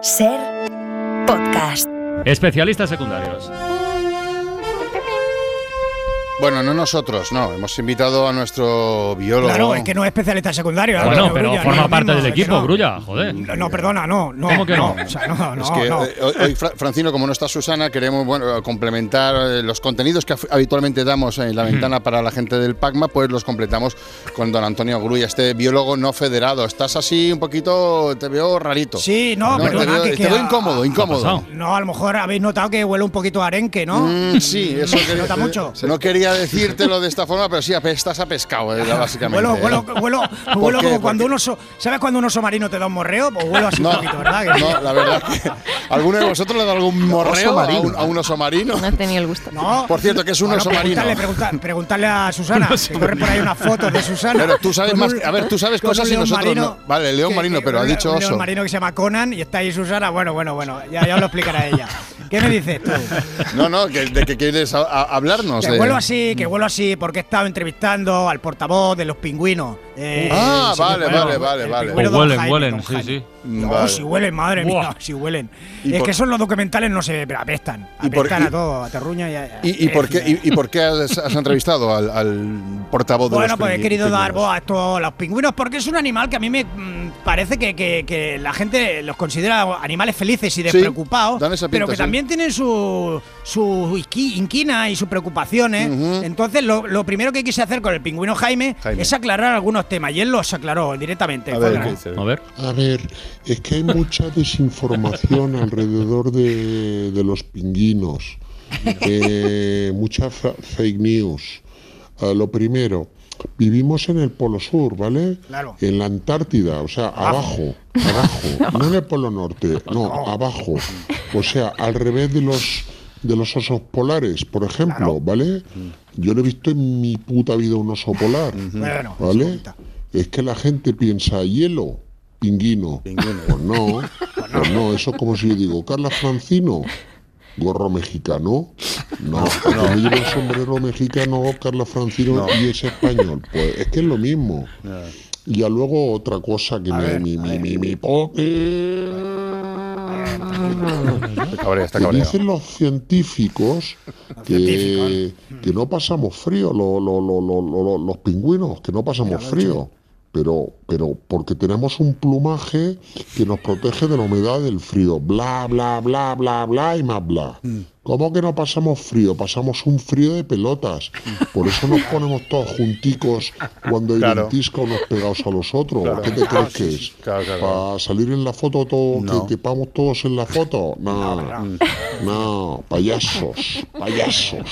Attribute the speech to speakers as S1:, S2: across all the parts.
S1: Ser podcast.
S2: Especialistas secundarios.
S3: Bueno, no nosotros, no. Hemos invitado a nuestro biólogo.
S4: Claro, es que no es especialista secundario.
S2: Bueno,
S4: Álvaro
S2: pero
S4: Grulla, no es
S2: forma
S4: lo
S2: parte
S4: mismo,
S2: del
S4: es que
S2: equipo,
S4: no.
S2: Grulla, Ah, joder.
S4: No, no, perdona, no, no.
S2: ¿Cómo que no?
S4: O sea, no, no,
S3: Es que
S4: no.
S3: eh, hoy, hoy, Fra- Francino, como no está Susana, queremos bueno, complementar eh, los contenidos que af- habitualmente damos en la ventana para la gente del PACMA, pues los completamos con don Antonio Grulla, este biólogo no federado. Estás así un poquito, te veo rarito.
S4: Sí, no,
S3: te
S4: perdona,
S3: veo,
S4: que-
S3: te
S4: que
S3: veo
S4: a-
S3: incómodo, incómodo.
S2: Ah, pasado?
S4: No, a lo mejor habéis notado que huele un poquito a arenque, ¿no?
S3: Mm, sí, eso
S4: Se
S3: que-
S4: nota
S3: eh,
S4: mucho.
S3: No quería decírtelo de esta forma, pero sí, estás a pescado, eh, básicamente.
S4: Huelo, huelo,
S3: ¿eh?
S4: huelo,
S3: ¿Por
S4: huelo
S3: qué?
S4: como
S3: ¿Por
S4: cuando
S3: qué?
S4: un oso. ¿Sabes cuando un oso marino te da un morreo? Pues huelo así
S3: No,
S4: un poquito, ¿verdad? Que sí.
S3: no, la verdad que alguno de vosotros le da algún morreo a
S5: marino.
S3: un, a un oso marino.
S5: No he tenido el gusto.
S4: No.
S3: Por cierto, que es un
S4: Bueno,
S3: oso marino.
S4: preguntarle, pregunta- preguntarle a Susana. que corre por ahí una foto de Susana.
S3: Pero tú sabes
S4: con
S3: más- a ver, tú sabes
S4: con un
S3: cosas y
S4: león
S3: nosotros no. Vale, león marino, pero ha
S4: un-
S3: dicho
S4: un león
S3: oso.
S4: marino que se llama Conan y está ahí Susana. Bueno, bueno, bueno, ya, ya os lo explicará ella. ¿Qué me dices tú?
S3: No, no, que, de que quieres a- a- hablarnos.
S4: Que
S3: de-
S4: vuelo así, que vuelo así, porque he estado entrevistando al portavoz de los pingüinos. eh,
S3: Ah,
S4: el señor-
S3: vale,
S4: bueno,
S3: vale, vale,
S4: el
S3: vale.
S4: pingüino
S2: O
S4: don
S2: huelen,
S4: Jaime,
S2: huelen,
S4: don
S2: sí,
S4: Jaime.
S2: sí.
S4: No,
S3: Vale.
S4: si huelen, madre mía,
S2: Buah.
S4: si huelen.
S3: ¿Y
S4: Es
S3: por-
S4: que esos los documentales no se pero apestan.
S3: ¿Y por-
S4: Apestan
S3: y-
S4: a todo, a terruña y a.
S3: ¿Y, y por qué, y, y por qué has, has entrevistado al, al portavoz de
S4: Bueno,
S3: los
S4: pues he
S3: pingü-
S4: querido dar
S3: pingüinos?
S4: voz a estos los pingüinos porque es un animal que a mí me mm, parece que, que- que la gente los considera animales felices y despreocupados,
S3: dan esa pinta,
S4: pero que
S3: sí.
S4: también tienen su, su inqui- inquina y sus preocupaciones.
S3: Ujú.
S4: Entonces, lo, lo primero que quise hacer con el pingüino Jaime,
S3: Jaime.
S4: es aclarar algunos temas y él los aclaró directamente.
S3: A
S4: Fue
S3: ver,
S4: gran-
S3: ¿qué dice?
S2: A ver.
S6: A ver, es que hay mucha desinformación alrededor de, de los pinguinos, Eh, mucha fa- fake news. Ah, lo primero, vivimos en el Polo Sur, ¿vale?
S4: Claro.
S6: En la Antártida, o sea, abajo, abajo, no en el Polo Norte, no, abajo. O sea, al revés de los de los osos polares, por ejemplo, ¿vale? Yo no he visto en mi puta vida un oso polar.
S4: Bueno, se
S6: ¿Vale?
S4: cuenta.
S6: Es que la gente piensa hielo, pinguino. Pues no, pues no, eso es como si yo digo, Carla Francino, gorro mexicano. No, no. lleva el sombrero mexicano, Carla Francino y es español. Pues es que es lo mismo. Y ya luego otra cosa que me, mi, mi, mi, mi, po-
S3: Está cabreado, está
S6: que
S3: cabreado.
S6: dicen los científicos que, que no pasamos frío, lo- lo- lo- lo- lo- lo- los pingüinos, que no pasamos frío. Pero, pero porque tenemos un plumaje que nos protege de la humedad del frío. Bla, bla, bla, bla, bla y más bla. ¿Cómo que no pasamos frío? Pasamos un frío de pelotas. Por eso nos ponemos todos junticos cuando hay
S3: Claro.
S6: ventisca unos pegados a los otros. ¿Qué
S3: Ah,
S6: te crees que es?
S3: Claro, claro.
S6: Para salir en la foto todo,
S3: No.
S6: que quepamos todos en la foto. No, no, payasos, payasos.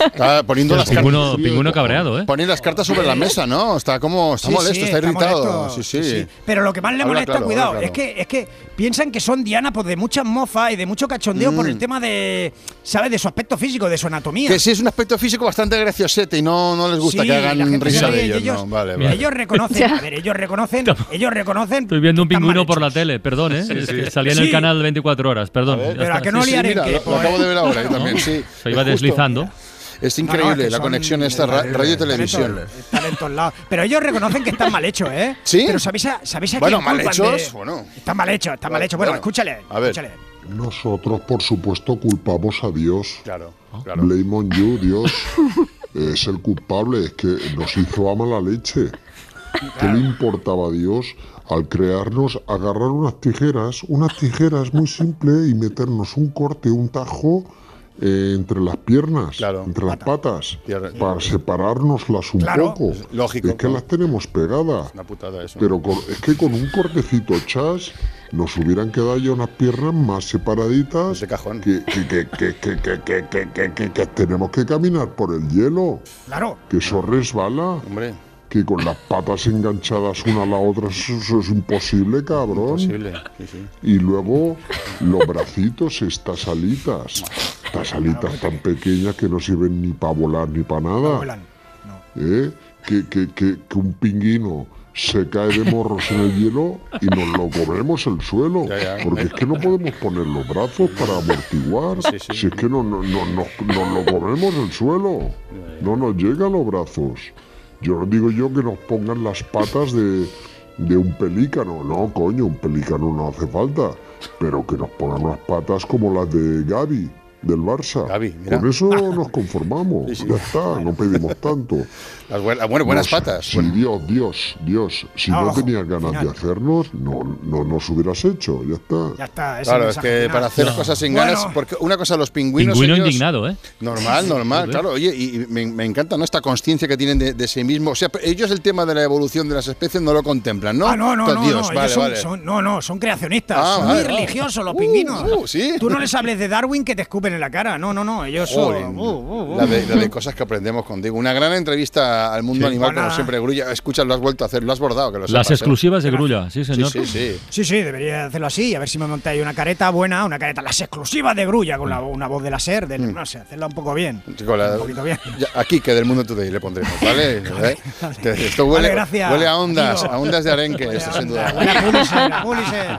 S6: Ah.
S3: Está poniendo las, cartas,
S2: Pingüino, pingüino cabreado, ¿eh?
S3: poniendo las cartas sobre la mesa, ¿no? Está como, está
S4: Sí,
S3: molesto,
S4: sí,
S3: está irritado.
S4: molesto.
S3: Sí, sí.
S4: Pero lo que más le
S3: Habla
S4: molesta,
S3: claro,
S4: cuidado,
S3: habla
S4: es que es que piensan que son dianas pues, de muchas mofas y de mucho cachondeo por el tema de, ¿sabes? De su aspecto físico, de su anatomía.
S3: Mm. Que sí es un aspecto físico bastante graciosete y no, no les gusta
S4: Sí,
S3: que
S4: la
S3: hagan
S4: gente
S3: risa
S4: se ríe
S3: de
S4: y
S3: ellos. no, vale, vale.
S4: ellos reconocen, a ver, ellos reconocen, ellos reconocen.
S2: Estoy viendo un
S4: que están mal
S2: pingüino por la
S4: hechos.
S2: tele, perdón, ¿eh? Es que salía en el
S4: Sí.
S2: canal 24 horas, perdón. ya
S4: pero
S2: está.
S4: ¿a que no
S3: Sí, sí,
S4: liaré
S3: mira,
S4: que,
S3: lo, lo
S4: pues,
S3: acabo de ver ahora, yo también, sí.
S2: Se iba
S3: Justo.
S2: deslizando.
S3: Es
S4: No, no,
S3: increíble
S4: es que
S3: la
S4: son-
S3: conexión esta ra-
S4: están
S3: radio y
S4: en todos-
S3: televisión.
S4: Están en todos lados. Pero ellos reconocen que están mal hechos, ¿eh?
S3: ¿Sí?
S4: Pero ¿sabéis a, sabéis a
S3: Bueno,
S4: quién
S3: mal
S4: culpan de-
S3: hechos, bueno.
S4: Están mal hechos, están mal hechos. Bueno,
S3: Bueno,
S4: escúchale,
S3: a ver.
S4: escúchale.
S6: Nosotros, por supuesto, culpamos a Dios.
S3: Claro,
S4: Ah.
S6: Blame on you, Dios. Es el culpable, es que nos hizo ama la leche. ¿Qué le importaba a Dios al crearnos, agarrar unas tijeras, unas tijeras muy simple y meternos un corte, un tajo eh, entre las piernas,
S3: Claro.
S6: entre las patas,
S3: Tierra-
S6: para separárnoslas un
S4: Claro.
S6: poco?
S3: Lógico,
S6: Es que
S3: claro.
S6: las tenemos pegadas.
S3: Una putada eso.
S6: Pero con- es que con un cortecito chas nos hubieran quedado ya unas piernas más separaditas.
S3: De cajón.
S6: Que, que, que, que, que, que, que, que, que, que- que tenemos que caminar por el hielo.
S4: Claro.
S6: Que eso resbala.
S3: Hombre,
S6: Que con las patas enganchadas una a la otra eso, eso es imposible, cabrón.
S3: posible. Sí, sí.
S6: Y luego los bracitos, estas alitas. Estas alitas tan pequeñas que no sirven ni para volar ni para nada.
S4: vuelan. No.
S6: ¿eh? que, que- que- que un pinguino se cae de morros en el hielo y nos lo comemos el suelo.
S3: Ya, ya.
S6: Porque es que no podemos poner los brazos para amortiguar.
S3: sí.
S6: Si es que no, no, no- no- nos lo comemos el suelo. No nos llega a los brazos. Yo digo yo que nos pongan las patas de, de un pelícano. No, coño, un pelícano no hace falta. pero que nos pongan unas patas como las de Gaby del Barça.
S3: Gavi, mira.
S6: Con eso nos conformamos.
S3: Sí, sí.
S6: Ya está, no pedimos tanto.
S3: Las buenas, bueno, buenas
S6: No sé,
S3: patas.
S6: Si Dios, Dios, Dios, si no,
S4: Abajo,
S6: tenías ganas
S4: final.
S6: de hacernos, no, no nos hubieras hecho, ya está.
S4: Ya está. ese
S3: Claro, es
S4: mensaje
S3: que
S4: final.
S3: para hacer
S2: No.
S3: cosas sin
S4: Bueno.
S3: ganas, porque una cosa, los pingüinos.
S2: Pingüino
S3: ellos- Pues
S2: indignado, ¿eh?
S3: Normal, normal,
S2: Joder.
S3: claro. Oye, y y me, me encanta ¿no? esta conciencia que tienen de, de sí mismos. O sea, ellos el tema de la evolución de las especies no lo contemplan, ¿no?
S4: Ah, no, no,
S3: Pues
S4: no,
S3: Dios,
S4: no,
S3: vale,
S4: ellos son,
S3: vale.
S4: son- no, no, son creacionistas,
S3: Ah,
S4: son
S3: vale,
S4: muy
S3: vale.
S4: religiosos los
S3: Uh,
S4: pingüinos.
S3: uh, sí.
S4: Tú no les hables de Darwin que te escupen en la cara, no, no, no, ellos son...
S3: Joder,
S4: uh, uh, uh.
S3: La, de, la de cosas que aprendemos contigo. Una gran entrevista al mundo animal,
S4: Bueno,
S3: como
S4: nada.
S3: siempre, Grulla. Escucha, lo has vuelto a hacer, lo has bordado, que lo
S2: Las
S3: sepas, ¿eh?
S2: exclusivas de Grulla, sí,
S3: Sí,
S2: señor.
S3: sí, sí.
S4: Sí, sí, debería hacerlo así, a ver si me monta ahí una careta buena, una careta las exclusivas de Grulla, con la, una voz de la SER, del-
S3: Mm.
S4: no sé, hacerla un poco bien.
S3: Chico, la-
S4: un poquito bien.
S3: ya, aquí, que del mundo today le pondremos, ¿vale? ¿Eh? Que Esto
S4: Vale,
S3: huele,
S4: gracias,
S3: huele a ondas,
S4: amigo.
S3: a ondas de arenque, esto sin duda.
S4: La Pulitzer, la Pulitzer.